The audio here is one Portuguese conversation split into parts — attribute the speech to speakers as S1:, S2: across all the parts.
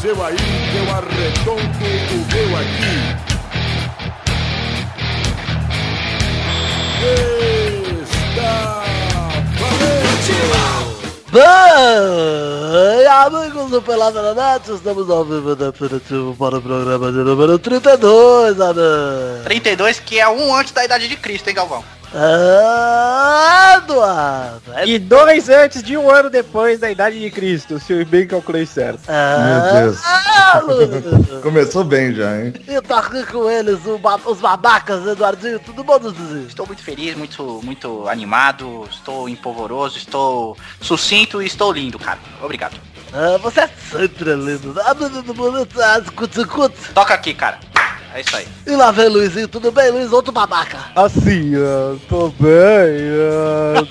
S1: seu aí, eu arredonto o meu aqui. Está valente!
S2: Bem, amigos do Pelada na Net, estamos ao vivo definitivo para o programa de número 32, Anan.
S3: 32, que é um antes da idade de Cristo, hein, Galvão?
S2: Ah, Eduardo. É-
S4: E dois antes de um ano depois da idade de Cristo, se bem calculei certo.
S2: Ah,
S5: Deus.
S2: Lu.
S5: Começou bem já, hein?
S2: E tá aqui com eles o ba- os babacas, Eduardinho, tudo bom, Duduzinho?
S3: Estou muito feliz, muito, muito animado, estou empolvoroso, estou sucinto e estou lindo, cara. Obrigado.
S2: Ah, você é sempre lindo. Ah, menino bonito, ah, cuti, cuti.
S3: Toca aqui, cara. É isso aí.
S2: E lá vem Luizinho, tudo bem, Luiz? Outro babaca.
S4: Assim, ah, tô bem,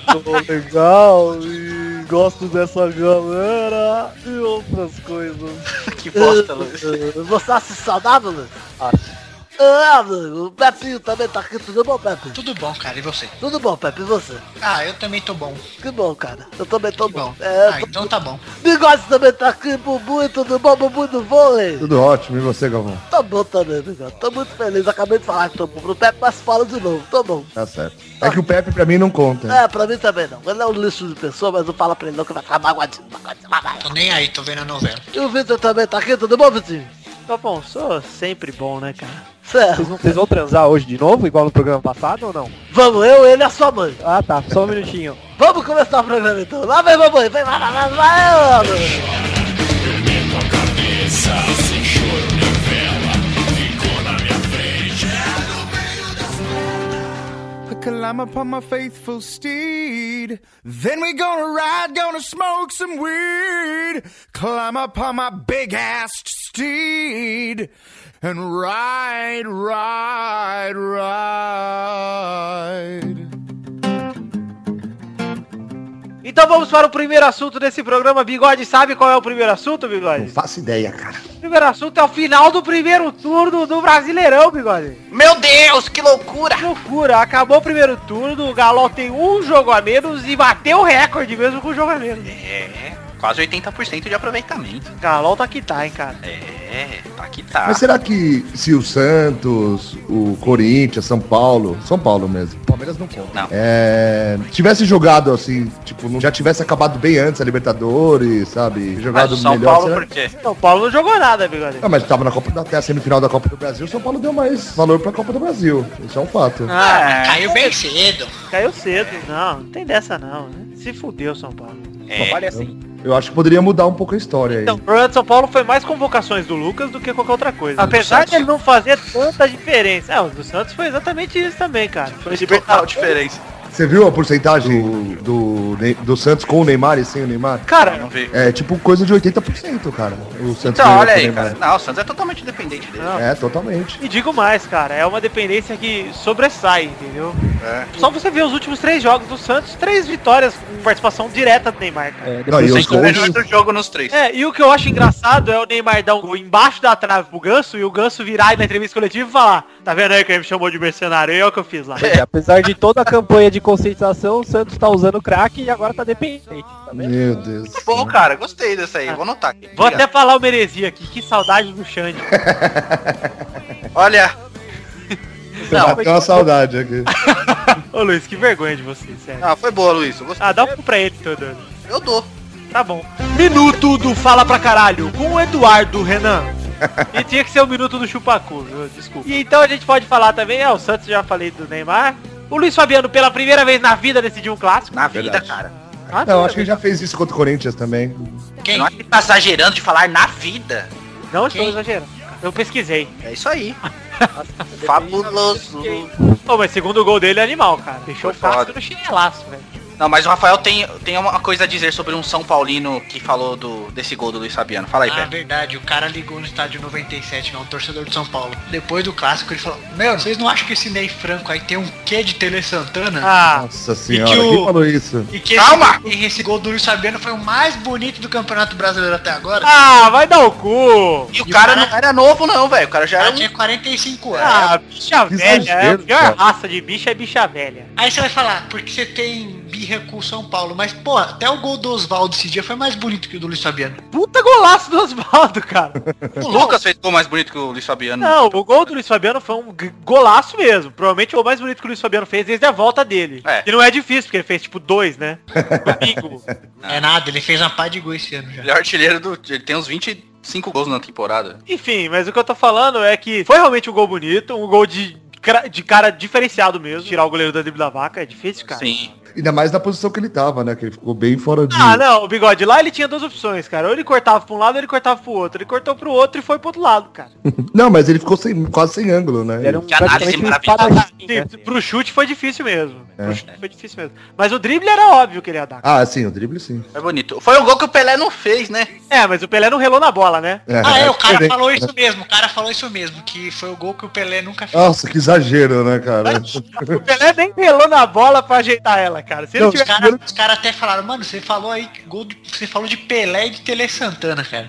S4: ah, tô legal e gosto dessa galera e outras coisas.
S3: que bosta, Luiz.
S2: Ah, ah, Você acha saudável, Luiz?
S4: Acho.
S2: Ah, amigo, o Pepinho também tá aqui, tudo bom, Pepe?
S6: Tudo bom, cara, e você?
S2: Tudo bom, Pepe, e você?
S6: Ah, eu também tô bom.
S2: Que bom, cara. Eu também tô
S6: Que bom.
S2: bom. É,
S6: Ah,
S2: tô-
S6: então tá bom.
S2: Bigode também tá aqui, Bubu, e tudo bom, Bubu do vôlei?
S5: Tudo ótimo, e você, Galvão?
S2: Tô bom também, Bigode. Tô muito feliz, acabei de falar que tô bom pro Pepe, mas falo de novo, tô bom.
S5: Tá certo. É que o Pepe pra mim não conta.
S2: É, pra mim também não. Ele é um lixo de pessoa, mas não fala pra ele não que vai ficar magoadinho, magoadinho, magoadinho.
S6: Tô nem aí, tô vendo a novela.
S2: E o Vitor também tá aqui, tudo bom, Vitinho?
S4: Tá bom, sou sempre bom, né, cara?
S2: Certo.
S4: Vocês vão, vocês vão transar hoje de novo, igual no programa passado ou não?
S2: Vamos, eu, ele e a sua mãe.
S4: Ah, tá, só um minutinho.
S2: Vamos começar o programa então. Lá vem mamãe, vem, vai, vai, vai, vai, vai, vai.
S7: climb upon my faithful steed. Then we gonna ride, gonna smoke some weed. Climb upon my big ass steed and ride, ride, ride.
S4: Então vamos para o primeiro assunto desse programa. Bigode, sabe qual é o primeiro assunto, Bigode?
S5: Não faço ideia, cara.
S4: O primeiro assunto é o final do primeiro turno do Brasileirão, Bigode.
S3: Meu Deus, que loucura!
S4: Que loucura, acabou o primeiro turno, o Galo tem um jogo a menos e bateu o recorde mesmo com o jogo a menos.
S3: É, quase 80% de aproveitamento.
S4: O Galo tá que tá, hein, cara.
S3: É, tá que tá.
S5: Mas será que se o Santos, o Corinthians, São Paulo, São Paulo mesmo, Palmeiras não conta.
S3: Não.
S5: É, tivesse jogado assim, tipo, não- já tivesse acabado bem antes a Libertadores, sabe?
S3: Mas
S5: Jogado
S3: o São
S5: é melhor.
S3: Paulo,
S5: será-
S3: por quê?
S4: São Paulo não jogou nada, bigode.
S5: Ah, mas tava na Copa da até a semifinal da Copa do Brasil, o São Paulo deu mais valor pra Copa do Brasil. Isso é um fato.
S4: Ah,
S6: Caiu bem cedo.
S4: caiu cedo. Não, não tem dessa não, né? Se fudeu São Paulo.
S3: É,
S5: Olha assim. Eu acho que poderia mudar um pouco a história aí.
S4: Então, o problema de São Paulo foi mais convocações do Lucas do que qualquer outra coisa. Apesar
S3: Santos.
S4: de ele não fazer tanta diferença. É, o do Santos foi exatamente isso também, cara. Foi
S3: total
S4: libertador.
S3: diferença.
S5: Você viu a porcentagem do, do, Ne- do Santos com o Neymar e sem o Neymar?
S3: Eu
S4: Cara,
S3: não vi.
S5: É tipo coisa de 80%, cara. O Santos
S3: Então,
S5: ganhou
S3: olha
S5: com o
S3: aí,
S5: Neymar.
S3: cara. Não, o Santos é totalmente dependente dele.
S4: Não.
S5: É, totalmente.
S4: e digo mais, cara, é uma dependência que sobressai, entendeu?
S3: É.
S4: Só você ver os últimos três jogos do Santos, três vitórias com participação direta do Neymar, cara.
S5: Não, e os
S3: Sempre o
S5: gols,
S3: melhor do jogo nos três.
S4: É, e o que eu acho engraçado é o Neymar dar um gol embaixo da trave pro Ganso e o Ganso virar na entrevista coletiva e falar Tá vendo aí que ele me chamou de mercenário? E olha o que eu
S5: É,
S4: fiz lá.
S8: Apesar de toda a campanha de conscientização, o Santos tá usando crack e agora tá dependente.
S5: Meu Deus.
S3: Bom, cara, gostei dessa aí. Vou anotar aqui.
S4: Vou
S3: Obrigado.
S4: até falar o Merezia aqui, que saudade do Xande.
S3: Olha,
S5: Bateu uma saudade aqui.
S4: Ô Luiz, que vergonha de você, sério.
S3: ah, foi boa, Luiz. Eu, gostei.
S4: Ah, dá um pra ele, tô dando.
S3: eu dou.
S4: Tá bom. Minuto do Fala Pra Caralho, com o Eduardo Renan. E tinha que ser o minuto do Chupacu, viu? desculpa. E então a gente pode falar também, é, o Santos já falei do Neymar. O Luiz Fabiano, pela primeira vez na vida, decidiu um clássico.
S3: Na vida,
S5: Verdade.
S3: cara.
S4: Ah,
S5: Não, acho que ele já fez isso contra o Corinthians também.
S6: Quem?
S3: Eu não acho que ele tá exagerando de falar na vida.
S4: Não estou
S6: Quem?
S4: exagerando. Eu pesquisei.
S3: É isso aí. Fabuloso.
S4: Pô, mas segundo o gol dele é animal, cara. Deixou
S3: Foi
S4: o Castro
S3: foda.
S4: no chinelaço, velho.
S3: Não, mas o Rafael tem, tem uma coisa a dizer sobre um São Paulino que falou do, desse gol do Luiz Fabiano. Fala aí,
S6: Ah,
S3: Pepe.
S6: verdade, o cara ligou no estádio 97, não, o né, um torcedor de São Paulo. Depois do clássico, ele falou, meu, vocês não acham que esse Ney Franco aí tem um quê de Tele Santana?
S4: Ah,
S5: Nossa senhora,
S6: que o-
S5: quem falou isso?
S6: E que
S3: Calma!
S6: Esse, e esse gol do Luiz Fabiano foi o mais bonito do Campeonato Brasileiro até agora.
S4: ah, vai dar o cu.
S3: E o
S6: E o
S3: cara
S6: cara-
S3: não era novo, não, velho. O cara já
S6: Ela
S3: era
S6: tinha
S3: um...
S6: 45 anos.
S4: Ah, bicha
S5: Que
S4: velha. É a
S5: exagero,
S4: pior
S5: cara.
S4: raça de bicha é bicha velha.
S6: Aí você vai falar, porque você tem birra com o São Paulo. Mas, pô, até o gol do Oswaldo esse dia foi mais bonito que o do Luiz Fabiano.
S4: Puta golaço do Oswaldo, cara.
S3: O Lucas fez gol mais bonito que o Luiz Fabiano.
S4: tipo, Não, o gol do Luiz Fabiano foi um g- golaço mesmo. Provavelmente o gol mais bonito que o Luiz Fabiano fez desde a volta dele.
S3: É.
S4: E não é difícil, porque ele fez tipo dois, né? Domingo.
S6: É nada, ele fez uma pá de gol esse ano já.
S3: Ele é artilheiro do. Ele tem uns 25 gols na temporada.
S4: Enfim, mas o que eu tô falando é que foi realmente um gol bonito, um gol de, cra- de cara diferenciado mesmo. Tirar o goleiro da drible da vaca é difícil, cara.
S3: Sim.
S5: Ainda mais na posição que ele tava, né? Que ele ficou bem fora de.
S4: Ah, não, o bigode lá ele tinha duas opções, cara. Ou ele cortava pra um lado ou ele cortava pro outro. Ele cortou pro outro e foi pro outro lado, cara.
S5: Não, mas ele ficou sem, quase sem ângulo, né?
S7: Ele era um
S3: Que análise
S7: praticamente um
S3: maravilhosa.
S7: espadachim,
S4: Sim,
S7: né?
S4: Pro chute foi difícil mesmo. Pro
S5: É.
S4: chute foi difícil mesmo. Mas o drible era óbvio que ele ia dar.
S5: Ah, sim, o drible sim.
S3: É bonito. Foi um gol que o Pelé não fez, né?
S4: É, mas o Pelé não relou na bola, né?
S6: Ah, é, o cara
S5: diferente.
S6: falou isso mesmo, o cara falou isso mesmo, que foi o gol que o Pelé nunca fez.
S5: Nossa, que exagero, né, cara?
S4: O Pelé nem pelou na bola pra ajeitar ela, cara. Se ele
S6: Os
S4: tiver...
S6: caras cara até falaram, mano, você falou aí, que gol de- você falou de Pelé e de Tele Santana, cara.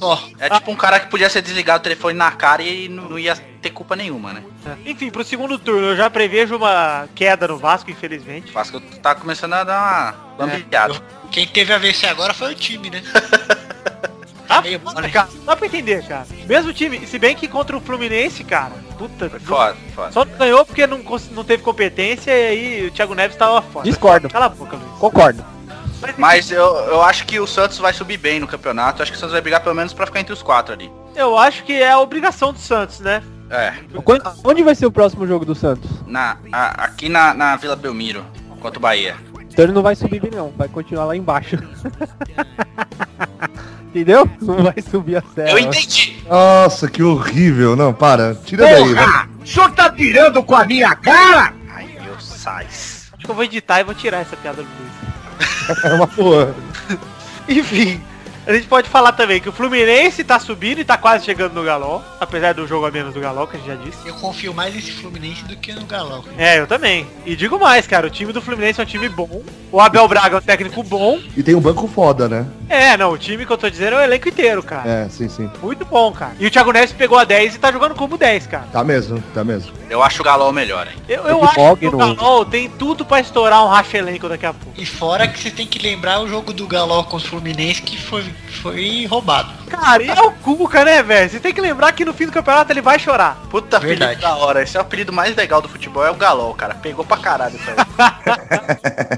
S6: Ó,
S3: É tipo um cara que podia ser desligado o telefone na cara e não, não ia ter culpa nenhuma, né?
S4: Enfim, pro segundo turno eu já prevejo uma queda no Vasco, infelizmente.
S3: O Vasco tá começando a dar uma lambiada.
S6: quem teve a vencer agora foi o time, né?
S4: Tá
S6: Meio mole.
S4: foda, cara. Dá pra entender, cara. Mesmo time, se bem que contra o Fluminense, cara. Puta,
S3: Foi foda, foda.
S4: só não ganhou porque não, cons- não teve competência e aí o Thiago Neves tava fora.
S7: Discordo.
S4: Cala a boca, Luiz.
S7: Concordo.
S3: Mas eu, eu acho que o Santos vai subir bem no campeonato. Eu acho que o Santos vai brigar pelo menos pra ficar entre os quatro ali.
S4: Eu acho que é a obrigação do Santos, né?
S3: É.
S7: Quando- Onde vai ser o próximo jogo do Santos?
S3: Na, a- aqui na, na Vila Belmiro, contra o Bahia.
S7: Então ele não vai subir não, vai continuar lá embaixo. Entendeu? Não vai subir a serra.
S3: Eu entendi.
S5: Nossa, que horrível. Não, para. Tira daí, né?
S3: Ai, meu sais.
S4: Acho que eu vou editar e vou tirar essa piada do Luiz.
S5: É uma porra.
S4: Enfim, a gente pode falar também que o Fluminense tá subindo e tá quase chegando no Galol, apesar do jogo a menos do Galol, que a gente já disse.
S6: Eu confio mais nesse Fluminense do que no Galão.
S4: É, eu também. E digo mais, cara, o time do Fluminense é um time bom. O Abel Braga é um técnico bom.
S5: E tem um banco foda, né?
S4: É, não, o time que eu tô dizendo é o elenco inteiro, cara.
S5: É, sim, sim.
S4: Muito bom, cara. E o Thiago Neves pegou a 10 e tá jogando como 10, cara.
S5: Tá mesmo, tá mesmo.
S3: Eu acho o Galol melhor, hein?
S4: Eu,
S7: É
S4: eu
S7: que
S4: acho
S7: Bog
S4: que o
S7: no-
S4: Galol tem tudo pra estourar um racha elenco daqui a pouco.
S6: E fora que você tem que lembrar o jogo do Galol com o Fluminense que foi, foi roubado.
S4: Cara, e é o Cuca, né, velho? Você tem que lembrar que no fim do campeonato ele vai chorar.
S3: Puta
S6: Verdade.
S3: apelido da hora. Esse é o apelido mais legal do futebol, é o Galol, cara. Pegou pra caralho, cara.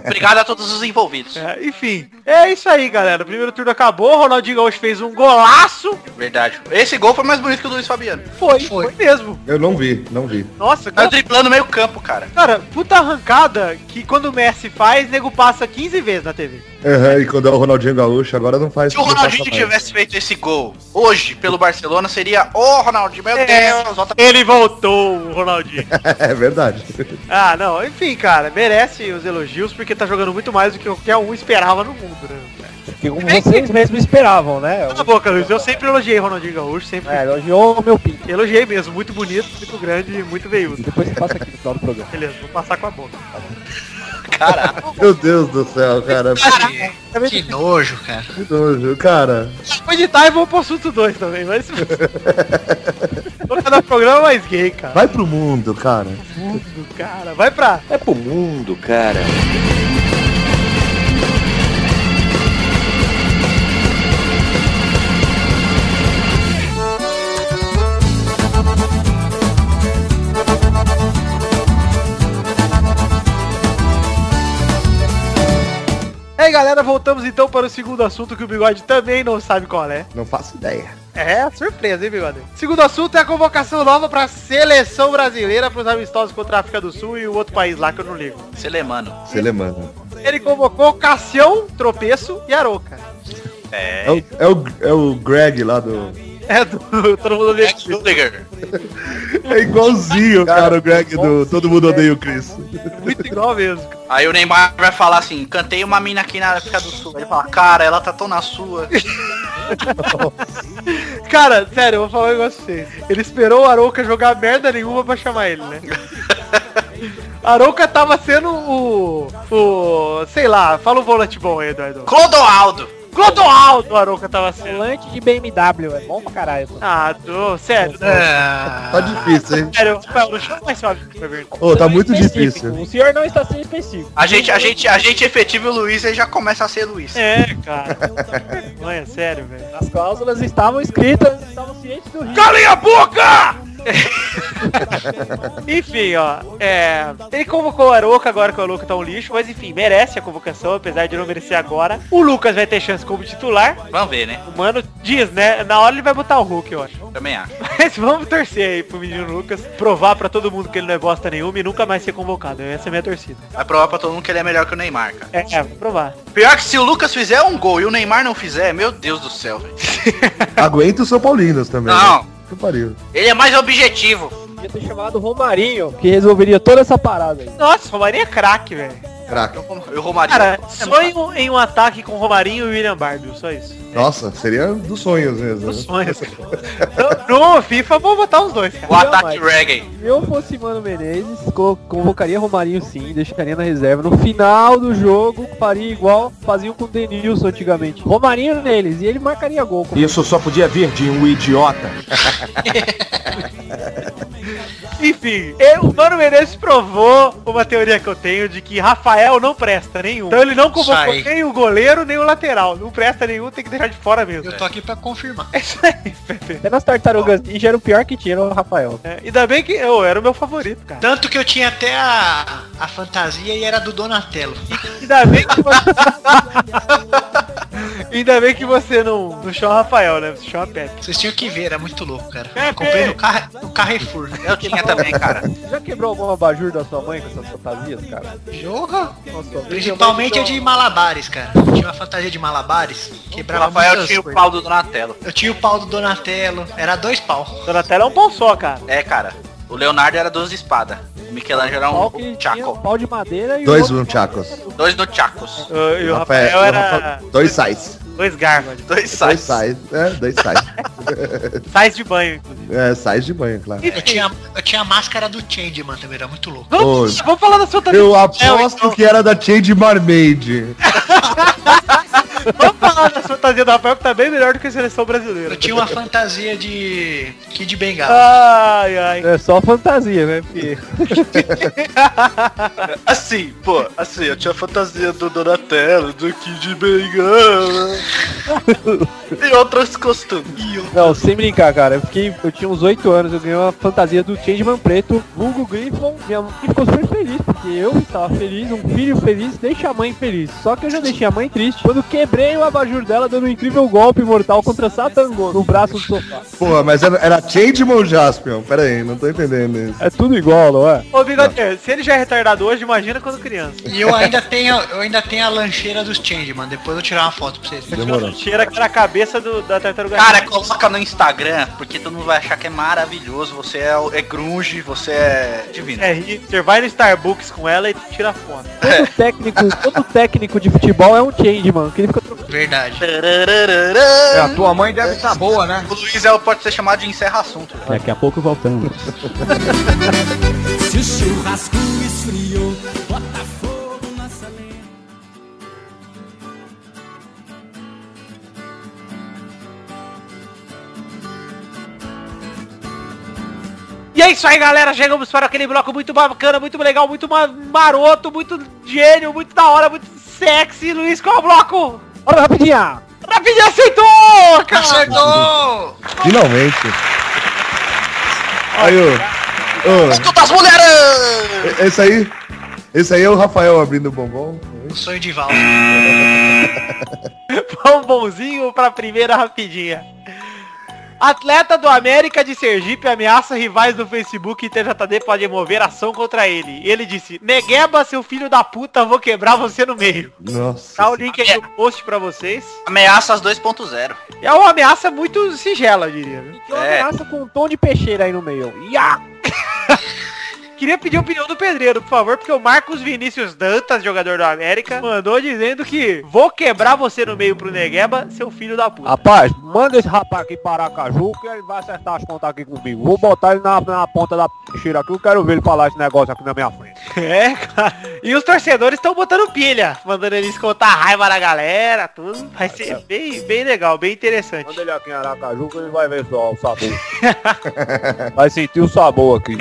S3: Obrigado a todos os envolvidos.
S4: É, enfim, é isso aí, galera. O primeiro turno acabou, o Ronaldinho Gaúcho fez um golaço.
S3: Verdade. Esse gol foi mais bonito que o do Luiz Fabiano.
S4: Foi, foi,
S6: Foi.
S4: mesmo.
S5: Eu não vi, não vi.
S4: Nossa,
S3: Tá
S4: cara,
S3: driblando meio campo, cara.
S4: cara, puta arrancada que quando o Messi faz, nego passa 15 vezes na TV.
S5: Aham, e quando é o Ronaldinho Gaúcho, agora não faz.
S3: Se o
S5: não
S3: Ronaldinho
S5: passa mais.
S3: tivesse feito esse gol hoje pelo Barcelona, seria, ô Ronaldinho, meu
S4: É.
S3: Deus, volta
S4: Ele voltou, o Ronaldinho.
S5: É verdade.
S4: ah, não, enfim, cara, merece os elogios porque tá jogando muito mais do que qualquer um esperava no mundo, né?
S7: Porque como vocês mesmos esperavam, né?
S4: Cala a boca, Luiz, eu sempre elogiei Ronaldinho Gaúcho, sempre
S7: É, elogiou o meu pinto.
S4: elogiei mesmo, muito bonito, muito grande, muito veiudo.
S7: Depois você passa aqui no final do programa.
S4: Beleza, vou passar com a boca.
S5: Meu Deus do céu, cara.
S6: Que nojo, cara.
S5: Que nojo. Cara,
S4: Vou editar e vou pro assunto 2 também, mas... Vou cada programa mais gay, cara.
S5: vai pro mundo, cara.
S4: Mundo, cara. Vai pra...
S9: É pro mundo, cara.
S4: E aí, galera, voltamos então para o segundo assunto que o Bigode também não sabe qual é.
S5: Não faço ideia.
S4: É, surpresa, hein, Bigode? Segundo assunto é a convocação nova pra seleção brasileira pros amistosos contra a África do Sul e o outro país lá que eu não ligo.
S3: Selemano.
S5: Selemana.
S4: Ele convocou Cassião, Tropeço e Aroca.
S5: É o, é, o, é o Greg lá do.
S4: É, do, todo mundo liga.
S5: É igualzinho, cara, o Greg do Todo Mundo Odeia o Chris.
S4: Muito igual mesmo.
S3: Aí o Neymar vai falar assim, cantei uma mina aqui na África do Sul. Aí Ele fala, cara, ela tá tão na sua.
S4: Cara, sério, eu vou falar um negócio pra vocês. Ele esperou o Arouca jogar merda nenhuma pra chamar ele, né? Arouca tava sendo o. o. sei lá, fala o volante bom aí, Eduardo.
S3: Clodoaldo!
S4: Clodoaldo Arouca tava sendo.
S7: Volante de BMW, é bom pra caralho. mano.
S4: Ah, do, sério, né?
S3: Ah.
S5: Tá difícil, hein?
S4: Sério, Rafael, não chama mais seu amigo pra ver.
S5: Ô, tá muito
S7: é Específico.
S5: difícil.
S7: O senhor não está sendo específico.
S10: A gente, a gente, a gente efetiva o Luiz e já começa a ser Luiz.
S4: É, cara. Vergonha, sério, velho.
S7: As cláusulas estavam escritas, estavam cientes do risco.
S10: Calem a boca!
S4: Enfim, ó. É, ele convocou o Aroca agora que o Aroca tá um lixo, mas enfim, merece a convocação, apesar de não merecer agora. O Lucas vai ter chance como titular.
S10: Vamos ver, né?
S4: O mano diz, né? Na hora ele vai botar o Hulk, eu acho.
S10: Também acho.
S4: Mas vamos torcer aí pro menino Lucas provar pra todo mundo que ele não é bosta nenhuma e nunca mais ser convocado. Essa é a minha torcida.
S10: Vai provar pra todo mundo que ele é melhor que o Neymar, cara.
S4: É, é vou provar.
S10: Pior que se o Lucas fizer um gol e o Neymar não fizer, meu Deus do céu, velho.
S5: Aguenta os São Paulinos também.
S10: Não.
S5: né? Que pariu.
S10: Ele é mais objetivo.
S7: Podia ter chamado o Romarinho, que resolveria toda essa parada aí.
S4: Nossa, o Romarinho é craque, velho.
S5: Crack.
S10: Eu Romarinho.
S3: É,
S4: Cara, sonho em um ataque com Romarinho e William Barbie, só isso.
S5: Nossa, seria um dos sonhos mesmo. né?
S4: Sonhos. no, no FIFA, vou botar os dois, cara.
S10: o ataque reggae.
S7: Se eu fosse Mano Menezes, co- convocaria Romarinho sim, deixaria na reserva. No final do jogo, faria igual faziam com o Denilson antigamente. Romarinho neles, e ele marcaria gol.
S1: Isso só podia vir de um idiota.
S4: Enfim, eu- o Mano Menezes provou uma teoria que eu tenho de que Rafael não presta nenhum. Então ele não convocou
S6: Sai.
S4: nem o goleiro, nem o lateral. Não presta nenhum, tem que deixar de fora mesmo.
S6: Eu tô aqui pra confirmar.
S4: É isso aí, Pepe.
S7: Até nas tartarugas ninja era o pior que tinha, era o Rafael.
S4: É, ainda bem que eu era o meu favorito, cara.
S6: Tanto que eu tinha até a, a fantasia e era do Donatello.
S4: Ainda bem que você... Ainda bem que você não, não chama Rafael, né? Você chama Pepe.
S6: Vocês tinham que ver, era muito louco, cara.
S4: Pepe!
S6: Eu comprei no, Car no Carrefour.
S10: Eu tinha também, cara.
S7: Já quebrou algum abajur da sua mãe com essas fantasias, cara?
S6: Joga?
S7: Nossa,
S6: Principalmente a de malabares, cara. Eu tinha uma fantasia de malabares.
S10: O
S6: Quebrava
S10: Rafael
S6: muitas
S10: tinha o
S6: coisas.
S10: pau do Donatello.
S7: um-
S6: Eu tinha o pau do Donatello. Era dois pau.
S4: Donatello é um pão só, cara.
S10: É, cara. O Leonardo era 12 espadas. O Michelangelo era
S7: Pau
S10: um
S7: que tinha um
S10: chaco.
S7: pau de madeira e o
S5: Dois
S7: outro-
S5: nunchakos.
S10: Dois no chacos.
S4: Uh, E o
S5: Rafael-
S4: Rafael era
S5: Rafa- Dois sais.
S4: dois garfos.
S10: Dois
S5: Dois
S10: sais.
S5: sais. É, dois sais.
S4: Sais de banho, inclusive.
S5: é, sais de banho, claro.
S6: Eu tinha, eu tinha a máscara do Changeman também, era muito louco.
S4: Vamos, vamos falar da sua
S5: Eu
S4: Chanel,
S5: aposto
S4: então.
S5: que era da Change Marmaid.
S4: Vamos falar da fantasia do Rafael que tá bem melhor do que a seleção brasileira.
S6: Eu tinha uma fantasia de Kid Bengala.
S4: Ai, ai.
S7: É só fantasia, né? Porque
S10: Assim, pô, assim, eu tinha a fantasia do Donatello, do Kid Bengala. e outras costumes.
S7: Não, sem brincar, cara. Eu, fiquei, eu tinha uns 8 anos, eu ganhei uma fantasia do Changeman preto, vulgo Griffon. Minha mãe ficou super feliz, porque eu estava feliz, um filho feliz, deixa a mãe feliz. Só que eu já deixei a mãe triste quando quebrei o abajur dela dando um incrível golpe mortal contra Satango no braço do sofá.
S5: Porra, mas era, era Changeman ou Jaspion? Pera aí, não tô entendendo isso.
S7: É tudo igual, não é?
S4: Ô, Bigodeiro, se ele já é retardado hoje, imagina quando criança.
S6: E eu ainda tenho, eu ainda tenho a lancheira dos Changeman. Depois eu vou tirar uma foto pra vocês. verem.
S5: Demorou.
S4: Cheira que era a cabeça do, da tartaruga.
S10: Cara, coloca no Instagram, porque todo mundo vai achar que é maravilhoso. Você é, o- é grunge, você é divino.
S4: é hipster, vai no Starbucks com ela e tira a foto.
S7: Todo técnico, todo técnico de futebol é um Changeman, que ele fica trocando.
S6: Verdade.
S10: Tararararã.
S1: a tua mãe deve estar boa, né?
S10: O Luiz é, o- pode ser chamado de encerra assunto. velho.
S7: Daqui a pouco voltamos.
S4: E é isso aí, galera. Chegamos para aquele bloco muito bacana, muito legal, muito ma- maroto, muito gênio, muito da hora, muito sexy. Luiz, qual é o bloco?
S7: Bora rapidinho!
S4: Rapidinho aceitou, cara!
S6: Acertou!
S5: Finalmente. Aí, ô. ô,
S10: Todas as mulheres!
S5: esse aí. Esse aí é o Rafael abrindo o bombom.
S6: O sonho de Val.
S4: Pão bonzinho pra primeira rapidinha. Atleta do América de Sergipe ameaça rivais do Facebook e TJD pode mover ação contra ele. Ele disse, Negueba, seu filho da puta, vou quebrar você no meio.
S5: Nossa.
S4: Tá o link aí no post pra vocês.
S10: Ameaças 2.0.
S4: É uma ameaça muito singela, eu diria. né?
S7: Tem uma
S10: É.
S7: ameaça com um tom de peixeira aí no meio. Iá!
S4: Queria pedir a opinião do pedreiro, por favor, porque o Marcos Vinícius Dantas, jogador do América, mandou dizendo que vou quebrar você no meio pro Negueba, seu filho da puta.
S7: Rapaz, manda esse rapaz aqui para Aracaju que ele vai acertar as contas aqui comigo. Vou botar ele na, na ponta da cheira aqui, eu quero ver ele falar esse negócio aqui na minha frente.
S4: É, cara. E os torcedores estão botando pilha, mandando ele escoltar a raiva da galera, tudo. Vai ser bem, bem legal, bem interessante.
S7: Manda ele aqui em Aracaju que ele vai ver só o sabor. vai sentir o sabor aqui.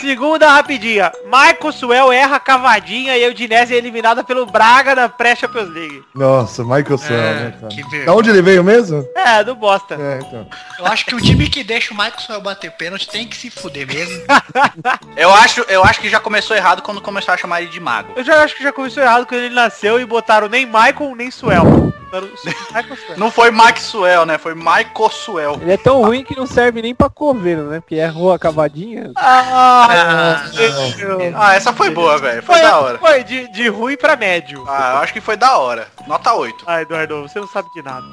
S4: Segunda rapidinha. Marcos Suel erra a cavadinha e a Udinese é eliminada pelo Braga na pré-Champions League.
S5: Nossa, Michael Sam,
S6: É,
S5: né, cara?
S6: que vergonha.
S5: Da onde ele veio mesmo?
S4: É, do bosta.
S5: É, então.
S6: Eu acho que o time que deixa o Michael Samuel bater pênalti tem que se fuder mesmo.
S3: Eu acho, eu acho que já começou errado quando começaram a chamar ele de mago.
S4: Eu já acho que já começou errado quando ele nasceu e botaram nem Michael nem Suel. Botaram Su- Michael Suel.
S3: Não foi Maxwell, né? Foi Michael Suel.
S7: Ele é tão ruim que não serve nem pra coveiro, né? Porque errou a cavadinha.
S4: Ah, meu.
S3: Ah, essa foi boa, velho. Foi,
S4: foi,
S3: da hora.
S4: foi de, de ruim pra médio.
S3: Ah, eu acho que foi da hora. Nota 8.
S4: Ah, Eduardo, você não sabe de nada.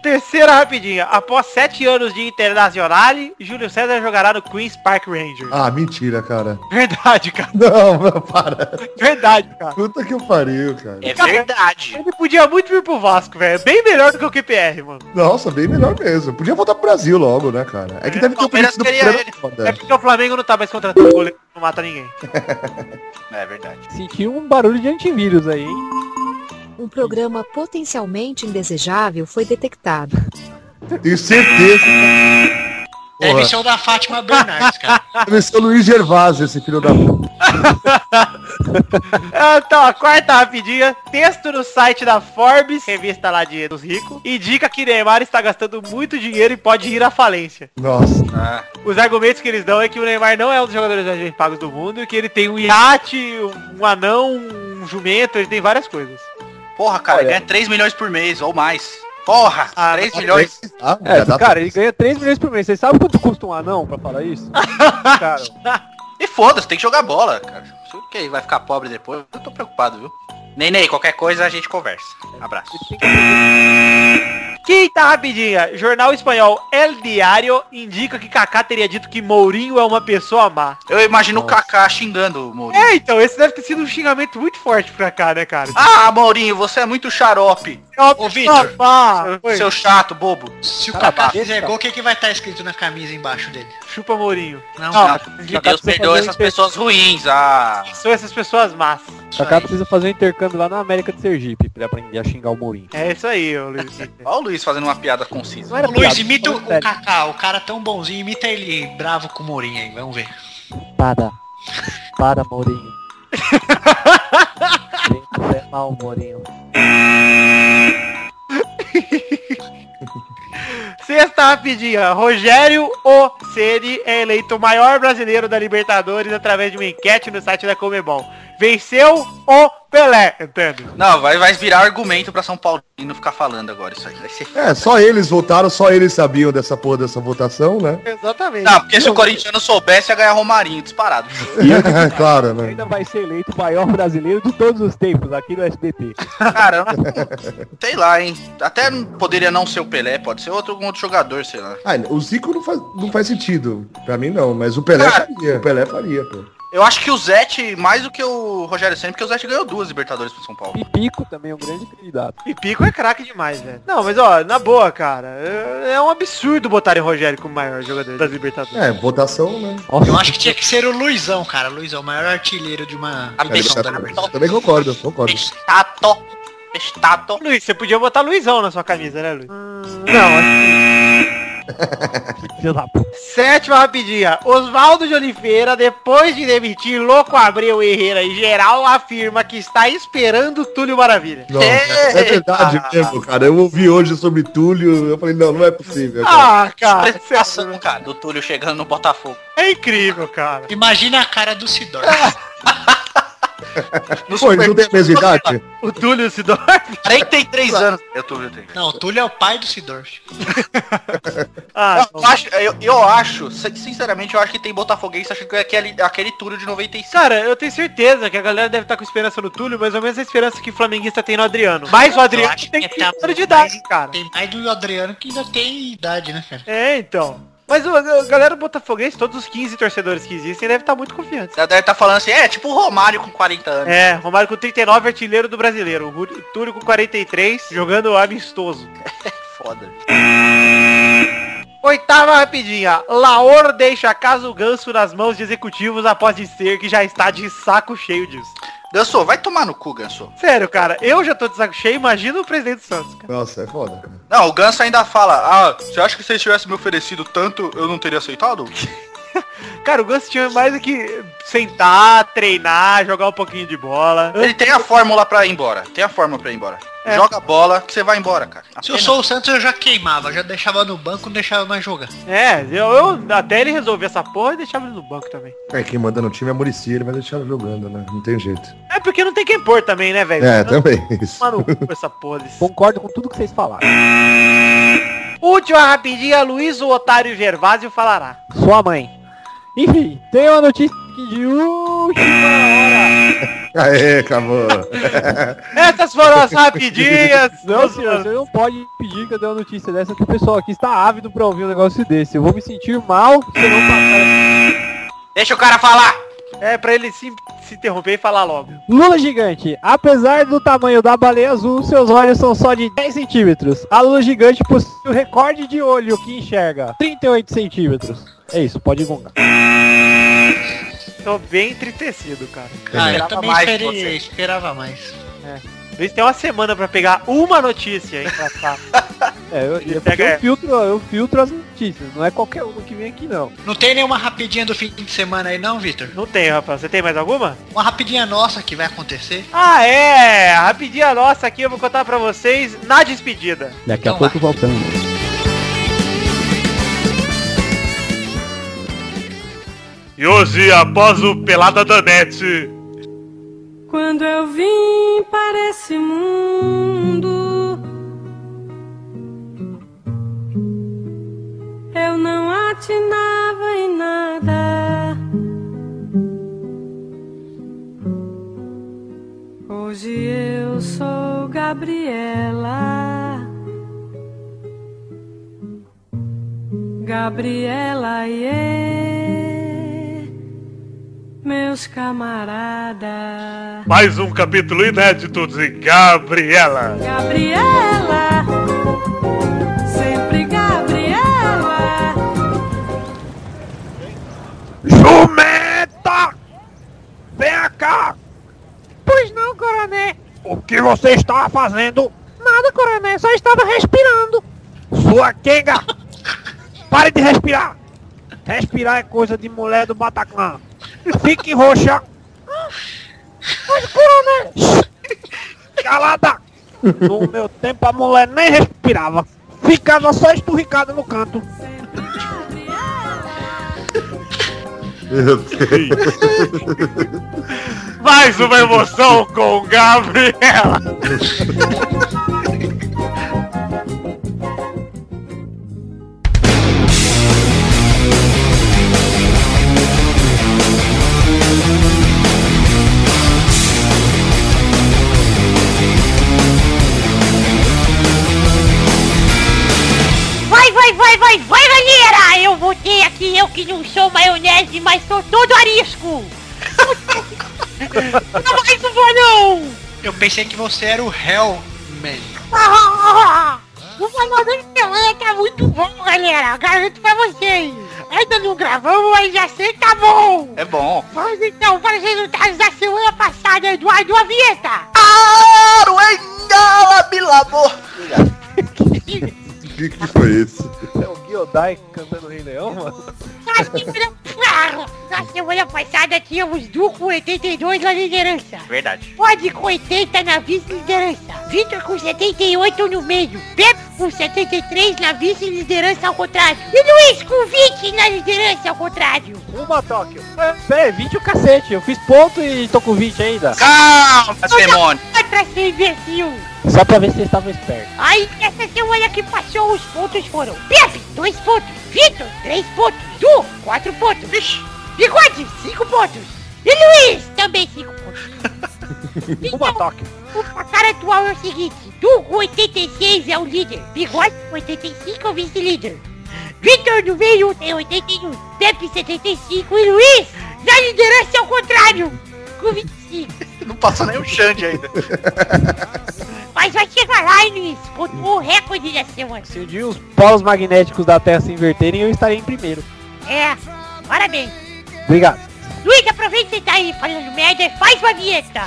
S4: Terceira rapidinha. Após sete anos de Internacional, Júlio César jogará no Queen's Park Rangers.
S5: Ah, mentira, cara.
S4: Verdade, cara.
S5: Não, meu, para.
S4: Verdade, cara.
S5: Puta que pariu, cara.
S3: É verdade.
S4: Ele podia muito vir pro Vasco, velho. Bem melhor do que o QPR, mano.
S5: Nossa, bem melhor mesmo. Podia voltar pro Brasil logo, né, cara? É que deve ter o
S3: Palmeiras
S5: preço do
S3: queria
S5: Palmeiras
S3: ele.
S5: foda.
S4: É porque o Flamengo não tá mais contratando goleiro que não mata ninguém.
S3: É verdade.
S7: Senti um barulho de antivírus aí, hein?
S11: Um programa potencialmente indesejável foi detectado.
S5: Tenho certeza
S6: Deve ser o da Fátima Bernardes, cara.
S5: que deve ser o Luiz Gervásio, esse filho da puta.
S4: Ah, Então, a quarta rapidinha. Texto no site da Forbes, revista lá de dos ricos, indica que Neymar está gastando muito dinheiro e pode ir à falência.
S5: Nossa.
S3: Ah.
S4: Os argumentos que eles dão é que o Neymar não é um dos jogadores mais bem pagos do mundo, e que ele tem um iate, um anão, um jumento, ele tem várias coisas.
S3: Porra, cara, ele ganha 3 milhões por mês ou mais. Porra,
S4: Ah,
S3: 3 milhões.
S5: Ah,
S7: É,
S5: já dá
S7: cara,
S5: pra-
S7: ele ganha 3 milhões por mês. Vocês sabem quanto custa um anão pra falar isso? cara,
S3: E foda-se, tem que jogar bola, cara. Se o que vai ficar pobre depois, eu tô preocupado, viu? Nenê, qualquer coisa a gente conversa. Abraço.
S7: ele tem que aprender.
S4: Quinta rapidinha. tá Jornal espanhol El Diario indica que Kaká teria dito que Mourinho é uma pessoa má.
S3: Eu imagino o Kaká xingando o Mourinho.
S4: É, então, esse deve ter sido um xingamento muito forte pra cá, né, cara?
S3: Ah, Mourinho, você é muito xarope.
S4: É uma
S6: ô,
S4: pessoa
S6: Vitor.
S4: má. Foi.
S3: Seu chato, bobo.
S6: Se o
S7: Cala a
S6: Kaká
S7: boca.
S6: fizer gol, o que, que vai estar escrito na camisa embaixo dele?
S4: Chupa Mourinho.
S6: Não,
S4: Não,
S6: cara.
S3: Que Deus perdoe essas pessoas ruins. Ah.
S4: São essas pessoas más.
S6: Isso
S7: Kaká
S6: aí.
S7: precisa fazer um intercâmbio lá na América de Sergipe pra ele aprender a xingar o Mourinho.
S4: É isso aí, ô Luiz. Vitor.
S3: Olha o Luiz fazendo uma piada concisa.
S7: era
S6: Ô, Luiz,
S7: piada,
S6: imita
S7: falando
S6: o
S7: sério.
S6: Kaká, o cara tão bonzinho, imita ele bravo com o Mourinho aí, vamos ver.
S7: Para. Para, Mourinho. Você é mal, Mourinho.
S4: Sexta rapidinha. Rogério Oceni é eleito o maior brasileiro da Libertadores através de uma enquete no site da Comebol. Venceu o Pelé, entende?
S3: Não, vai, vai virar argumento pra São Paulo e não ficar falando agora isso aí. Vai ser...
S5: É, só eles votaram, só eles sabiam dessa porra dessa votação, né?
S4: Exatamente.
S3: Não, porque se o corintiano soubesse, ia ganhar Romarinho, disparado.
S5: claro, né?
S7: Ainda vai ser eleito o maior brasileiro de todos os tempos aqui no SBT.
S3: Cara, eu não- sei lá, hein. Até não- poderia não ser o Pelé, pode ser outro, algum outro jogador, sei lá.
S5: Ah, o Zico não faz, não faz sentido. Pra mim não, mas o
S6: Ah.
S5: Pelé
S3: Cara.
S5: faria. O Pelé faria, pô.
S3: Eu acho que o Zete, mais do que o Rogério Senna, porque o Zete ganhou duas Libertadores pro São Paulo.
S7: Pipico também é um grande candidato.
S4: E Pico é craque demais, velho. Não, mas ó, na boa, cara. É é um absurdo botarem o Rogério como maior jogador das Libertadores.
S5: É, votação, né?
S7: Nossa,
S6: Eu acho que tinha que ser o Luizão, cara. Luizão, o maior artilheiro de uma.
S3: A
S6: seleção da
S3: pessoa-
S6: Libertadores.
S5: Também concordo, concordo.
S3: Pestato. Pestato.
S4: Luiz, você podia botar Luizão na sua camisa, né, Luiz?
S7: filho da puta.
S4: Sétima rapidinha. Oswaldo de Oliveira, depois de demitir Louco Abreu Herrera e geral, afirma que está esperando Túlio Maravilha.
S5: Nossa, é verdade mesmo, cara. Eu ouvi hoje sobre Túlio, eu falei, não, não é possível, cara.
S4: Ah, cara, isso
S3: Prestação, cara, do Túlio chegando no Botafogo.
S4: é incrível, cara.
S6: Imagina a cara do Sidor.
S3: No
S5: Pô, eles
S3: Super-
S5: não têm a mesma idade?
S4: O Túlio se dói.
S3: 43 anos. Eu tô, eu tenho.
S6: Não, o Túlio é o pai do Sidorf.
S4: Ah,
S3: Eu acho, eu, eu acho, sin- sinceramente, eu acho que tem botafoguense achando que é aquele, aquele Túlio de 95.
S4: Cara, eu tenho certeza que a galera deve estar com esperança no Túlio, mais ou menos a esperança que o flamenguista tem no Adriano. Mas o Adriano
S6: acho que
S4: tem
S6: tá
S4: 30 anos de idade, cara.
S6: Tem mais do Adriano que ainda tem idade, né, cara?
S4: É, então. Mas o- a galera botafoguense, todos os 15 torcedores que existem, deve estar muito confiante.
S3: Ela deve estar falando assim, é tipo o Romário com 40 anos.
S4: É, Romário com 39, artilheiro do brasileiro. O Rú- Túlio com 43, jogando amistoso.
S3: Foda.
S4: Oitava rapidinha. Laor deixa caso ganso nas mãos de executivos após dizer que já está de saco cheio disso.
S3: Ganso, vai tomar no cu, Ganso.
S4: Sério, cara, eu já tô de saco cheio, imagina o presidente do Santos. cara.
S5: Nossa, é foda, cara.
S3: Não, o Ganso ainda fala, ah,
S10: Você acha que se eles tivessem me oferecido tanto, eu não teria aceitado?
S4: Cara, o Ganso tinha mais do que sentar, treinar, jogar um pouquinho de bola.
S3: ele tem a fórmula pra ir embora. Tem a fórmula pra ir embora.
S4: É.
S3: Joga a bola que você vai embora, cara.
S6: Se eu
S3: Apenas.
S6: sou o Santos, eu já queimava, já deixava no banco, não deixava mais jogar. Ah,
S4: É, eu, eu- até ele resolver essa porra e deixava ele no banco também.
S5: É, quem manda no time é Murici, ele vai deixar jogando, né? Não tem jeito.
S4: É porque não tem quem pôr também, né, velho?
S5: É,
S4: Eu-
S5: também. Isso.
S4: Tomar no cu essa porra. desse-
S7: Concordo com tudo que vocês falaram.
S4: Última rapidinha, Luiz o Otário Gervásio falará.
S7: Sua mãe. Enfim, tem uma notícia que de última hora.
S5: Aê, acabou.
S4: Essas foram as rapidinhas.
S7: Não, senhor, você não pode pedir que eu dê uma notícia dessa que o pessoal aqui está ávido pra ouvir um negócio desse. Eu vou me sentir mal se eu não passar.
S3: Deixa o cara falar!
S4: É pra ele se, se interromper e falar logo.
S7: Lula gigante. Apesar do tamanho da baleia azul, seus olhos são só de 10 centímetros. A lula gigante possui o recorde de olho que enxerga 38 centímetros. É isso, pode gongar.
S4: Tô bem entristecido, cara.
S6: Ah, eu
S3: Esperava
S6: também
S3: mais
S6: esperei-
S3: de você.
S6: esperava mais.
S4: Luiz tem uma semana pra pegar uma notícia, hein? pra cá.
S7: É, eu,
S4: Ele
S7: é porque
S4: pega-
S7: eu, filtro, eu filtro as notícias. Não é qualquer um que vem aqui, não.
S6: Não tem nenhuma rapidinha do fim de semana aí não, Vitor?
S4: Não tem, rapaz. Você tem mais alguma?
S6: Uma rapidinha nossa que vai acontecer?
S4: Ah, é! A Rapidinha nossa aqui, eu vou contar pra vocês na despedida.
S7: Daqui
S6: a Então pouco
S7: voltamos.
S4: E hoje, após o Pelada da NET,
S12: Quando eu vim para esse mundo, eu não atinava em nada. Hoje eu sou Gabriela. Gabriela, yeah meus camaradas.
S4: mais um capítulo inédito de Gabriela.
S12: Gabriela, sempre Gabriela.
S1: Jumenta! Tá! Vem cá! Pois não, coronel. O que você estava fazendo? Nada, coronel, só estava respirando. Sua quenga! Pare de respirar! Respirar é coisa de mulher do Bataclan. Fique roxa! Mas, coronel! Calada! No meu tempo a mulher nem respirava. Ficava só esturricada no canto.
S5: Meu Deus.
S4: Mais uma emoção com Gabriela.
S12: Vai, vai, vai, vai, vai, galera! Eu voltei aqui, eu que não sou maionese, mas sou todo arisco! não mais um valão!
S6: Eu pensei que você era o Hellman.
S12: Ah, O valor do Pelé tá muito bom, galera! Garanto pra vocês! Ainda não gravamos, mas já sei que tá bom!
S3: É bom.
S12: Vamos então para os resultados da semana passada, Eduardo Avieta!
S3: Aruengala, bilabor!
S5: O que, que foi isso?
S7: É o Giodai cantando Rei Leão, mano?
S12: Nós tivemos- Na semana passada tínhamos Du com 82 na liderança.
S3: Verdade.
S12: Pode com 80 na vice-liderança. Vitor com 78 no meio. Pepe com 73 na vice-liderança ao contrário. E Luiz com 20 na liderança ao contrário.
S7: Uma Tóquio. Pera aí, 20 é o cacete. Eu fiz ponto e tô com 20 ainda.
S3: Calma, demônio.
S12: Vai pra ser imbecil.
S7: Só pra ver se vocês estavam espertos.
S12: Aí, essa semana que passou, os pontos foram Pepe, 2 pontos, Vitor, 3 pontos, Du, 4 pontos, Vixe. Bigode, 5 pontos, e Luiz, também 5 pontos.
S7: Uma
S12: Então,
S7: Tóquio.
S12: o placar atual é o seguinte, Du com 86 é o líder, Bigode com 85 é o vice-líder, Vitor no meio tem 81, Pepe 75 e Luiz na liderança ao contrário, com 25.
S3: Não passou nem o Xande ainda.
S12: Mas vai chegar lá, hein, Luiz, com o recorde da semana.
S7: Se um dia os polos magnéticos da Terra se inverterem, eu estarei em primeiro.
S12: É, parabéns.
S7: Obrigado.
S12: Luiz, aproveita e tá aí falando merda e faz uma vinheta.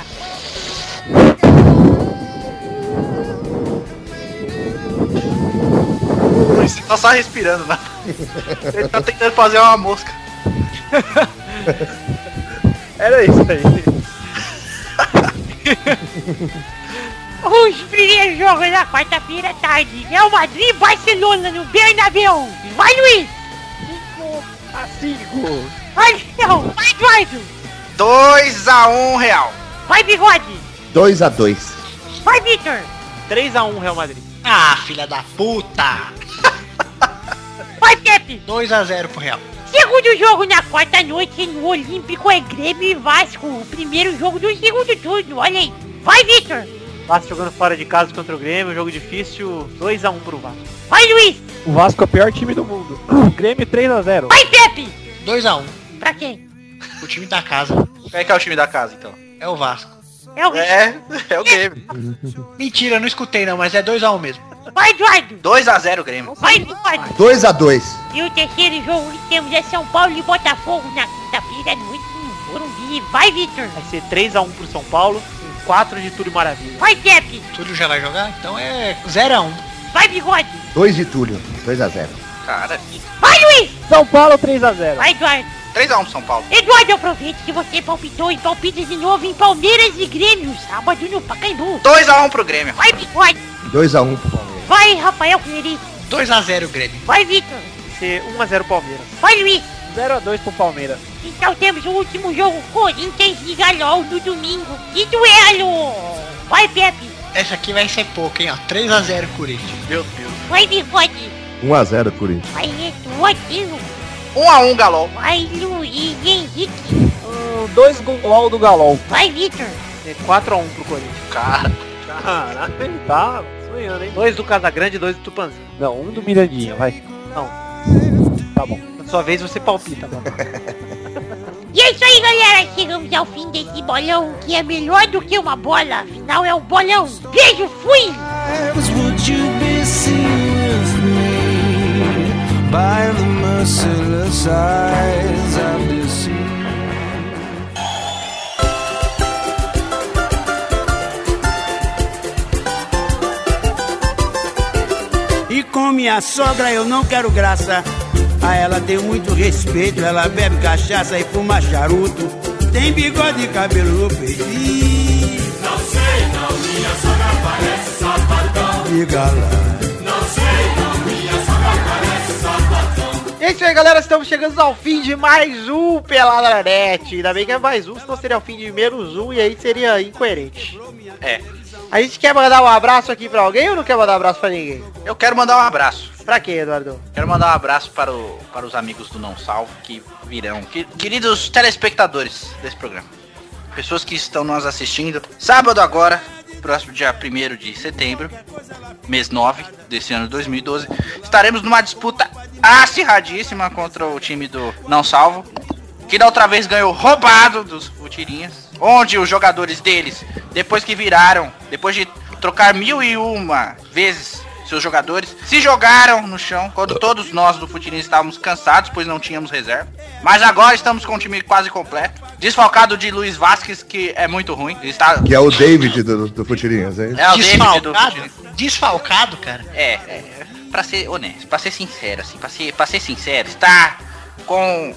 S3: Luiz, Você tá só respirando, né? Ele tá tentando fazer uma mosca.
S4: Era isso aí.
S12: Os primeiros jogos na quarta-feira à tarde. Real Madrid e Barcelona no Bernabéu. Vai, Luiz. 5 a 5. Vai, Leão. Vai, Eduardo.
S3: 2x1 Real.
S12: Vai, Bigode.
S5: 2x2.
S12: Vai, Vitor.
S4: 3x1 Real Madrid.
S6: Ah, filha da puta!
S12: Vai, Pepe.
S6: 2x0 pro Real.
S12: Segundo jogo na quarta noite no Olímpico é Grêmio e Vasco. O primeiro jogo do segundo turno. Olha aí. Vai, Vitor.
S4: Vasco jogando fora de casa contra o Grêmio, um jogo difícil, 2x1 pro Vasco.
S12: Vai, Luiz.
S7: O Vasco é o pior time do mundo. Grêmio 3x0.
S12: Vai, Pepe.
S6: 2x1.
S12: Pra quem?
S6: O time da casa
S3: Quem é que é o time da casa, então?
S6: é o Vasco.
S12: É o
S3: É, é o Grêmio.
S6: Mentira, eu não escutei não, mas é 2x1 mesmo.
S12: Vai, Eduardo.
S3: 2x0 Grêmio.
S12: Vai, Eduardo.
S5: 2x2.
S12: E o terceiro jogo que temos é São Paulo e Botafogo na quinta-feira à noite no Morumbi. Vai, Vitor.
S4: Vai ser 3x1 pro São Paulo, com 4 de Túlio Maravilha.
S12: Vai, Pepe.
S6: Túlio já vai jogar? Então é 0x1.
S12: Vai, Bigode.
S5: 2 de Túlio. 2x0.
S3: Cara,
S12: Vai, Luiz.
S7: São Paulo 3x0.
S12: Vai, Eduardo.
S3: 3x1 São Paulo.
S12: Eduardo, aproveite que você palpitou e palpita de novo em Palmeiras e Grêmio, sábado no Pacaembu.
S3: 2x1 pro Grêmio.
S12: Vai, Bigode.
S5: 2x1 pro Palmeiras.
S12: Vai, Rafael Querito.
S6: 2x0 Grêmio.
S12: Vai, Vitor.
S4: Vai ser 1x0 Palmeiras.
S12: Vai, Luiz.
S7: 0x2 pro Palmeiras.
S12: Então temos o último jogo Corinthians e Galol no domingo. Que duelo! Vai, Pepe.
S6: Essa aqui vai ser pouco, hein? ó. 3x0 Corinthians.
S3: Meu Deus.
S12: Vai, Bigode.
S5: 1x0 Corinthians.
S12: Vai, Eduardo.
S3: 1x1 Galol.
S12: Vai, Luiz Henrique.
S7: Hum, dois gol do Galol.
S12: Vai, Vitor.
S4: É 4x1 pro Corinthians.
S3: Cara,
S4: Caralho.
S7: Ele tá sonhando, hein?
S4: 2 do Casagrande e 2 do Tupanzinho.
S7: Não, um do Mirandinha, vai.
S4: Não.
S7: Tá bom.
S4: Na sua vez você palpita, mano.
S12: E é isso aí, galera. Chegamos ao fim desse bolão, que é melhor do que uma bola. Afinal, é um bolão. Beijo, fui!
S1: Would you be seen with me by the merciless eyes of deceit? E com minha sogra eu não quero graça. A ela tem muito respeito, ela bebe cachaça e fuma charuto. Tem bigode e cabelo no peito. Ih, de galã.
S4: E é isso aí, galera. Estamos chegando ao fim de mais um Pelada na Net. Ainda bem que é mais um, senão seria o fim de menos um e aí seria incoerente.
S3: É.
S4: A gente quer mandar um abraço aqui pra alguém ou não quer mandar um abraço pra ninguém?
S3: eu quero mandar um abraço.
S4: Pra quem, Eduardo?
S3: Quero mandar um abraço para, o, para os amigos do Não Salvo que virão. Que- Queridos telespectadores desse programa. Pessoas que estão nos assistindo. Sábado agora, próximo dia 1 de setembro, mês 9 desse ano 2012, estaremos numa disputa acirradíssima contra o time do Não Salvo. Que da outra vez ganhou roubado dos Futirinhas. Onde os jogadores deles, depois que viraram, depois de trocar mil e uma vezes seus jogadores, se jogaram no chão quando todos nós do Futirinhas estávamos cansados, pois não tínhamos reserva. Mas agora estamos com o time quase completo. Desfalcado de Luiz Vasquez, que é muito ruim. Ele está...
S5: Que é o David do, do Futirinhas, é isso?
S3: É o David do Futirinhas.
S6: Desfalcado? Desfalcado, cara?
S3: É, é, pra ser honesto, pra ser sincero, assim, pra ser, pra ser sincero, está com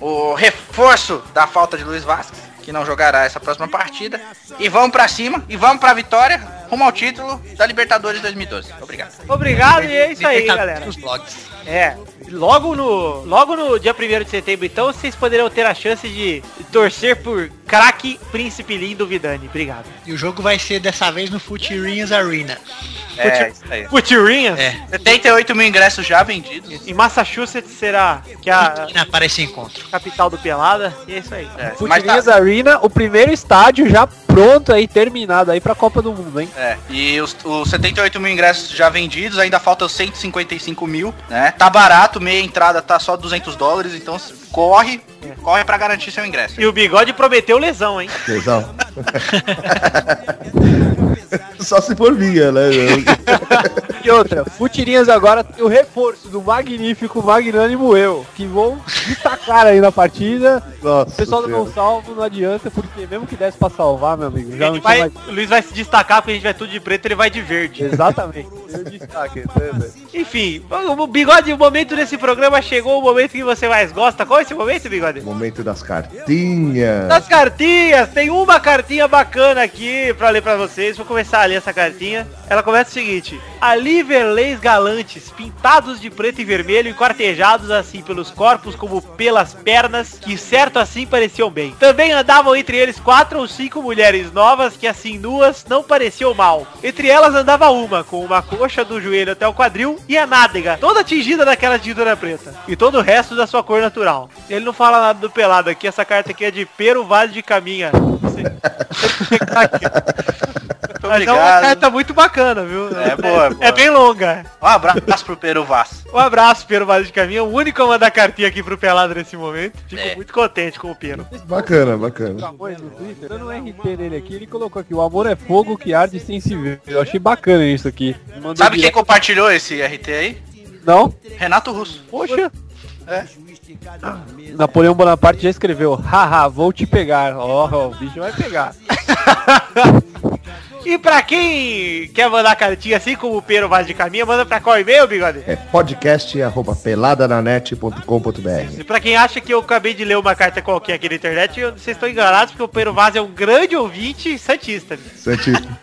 S3: o reforço da falta de Luiz Vasquez, que não jogará essa próxima partida. E vamos pra cima, e vamos pra vitória, rumo ao título da Libertadores 2012. Obrigado.
S4: Obrigado e é isso aí,
S6: Libertadores
S4: galera.
S6: dos blogs.
S4: É, logo no, logo no dia 1 de setembro, então, vocês poderão ter a chance de torcer por craque Príncipe Lindo Vidani. Obrigado.
S6: E o jogo vai ser dessa vez no Futirinhas Arena.
S3: É, isso aí.
S4: Futirinhas?
S3: É. 78 mil ingressos já vendidos.
S4: Em Massachusetts será que é
S3: Ah.
S4: a
S6: Aparece encontro.
S4: capital do Pelada. E é isso aí.
S3: É, mas tá-
S7: Futirinhas Arena, o primeiro estádio já pronto aí, terminado aí pra Copa do Mundo, hein?
S3: É, e os, os 78 mil ingressos já vendidos, ainda faltam 155 mil, né? Tá barato, meia entrada tá só 200 dólares, então s- corre, corre pra garantir seu ingresso.
S4: E o bigode prometeu lesão, hein?
S5: Lesão. Só se for minha, né?
S7: E outra, Futirinhas agora tem o reforço do magnífico Magnânimo Eu, que vão destacar aí na partida.
S5: Nossa,
S7: O pessoal do
S5: Senhora.
S7: Não Salvo não adianta, porque mesmo que desse pra salvar, meu amigo,
S4: A
S7: já não
S4: gente
S7: tinha
S4: vai-
S7: mais...
S4: o Luiz vai se destacar porque a gente vai tudo de preto ele vai de verde.
S7: Exatamente, eu destaque, né, entendeu?
S4: Enfim, o o bigode, o momento desse programa chegou, o momento que você mais gosta. Qual é esse momento, bigode?
S5: Momento das cartinhas.
S4: Das cartinhas, tem uma cartinha bacana aqui pra ler pra vocês. Vou começar a ler essa cartinha. Ela começa o seguinte: Ali verleis galantes, pintados de preto e vermelho e quartejados assim pelos corpos como pelas pernas, que certo assim pareciam bem. Também andavam entre eles quatro ou cinco mulheres novas que assim nuas não pareciam mal. Entre elas andava uma, com uma coxa do joelho até o quadril e a nádega, toda tingida daquela tintura preta, e todo o resto da sua cor natural. Ele não fala nada do pelado aqui, essa carta aqui é de Pero Vale de Caminha. Não sei- não sei o que tá aqui. Mas é uma
S3: obrigado.
S4: carta muito bacana, viu?
S3: É boa, é boa.
S4: É bem longa.
S3: Um abraço pro Peru Vaz.
S4: Um abraço, Pero Vale de Caminha, o único a mandar cartinha aqui pro Pelado nesse momento. Fico
S3: É.
S4: muito contente com o Pero.
S5: Bacana, bacana.
S7: Camões no Twitter, dando um RT nele aqui, ele colocou aqui, o amor é fogo que arde sem se ver. Eu achei bacana isso aqui. Mandou
S3: Sabe quem
S7: direto-
S3: compartilhou esse RT aí?
S7: Não?
S3: Renato Russo.
S7: Poxa! Napoleão Bonaparte já escreveu, haha, vou te pegar. Ó, ó, o bicho vai pegar.
S4: E pra quem quer mandar cartinha assim como o Pero Vale de Caminha, manda pra qual e-mail, bigode?
S5: É podcast arroba peladananet.com.br.
S4: E pra quem acha que eu acabei de ler uma carta qualquer aqui na internet, eu- vocês estão enganados porque o Pero Vaz é um grande ouvinte santista. né?
S5: Santíssimo.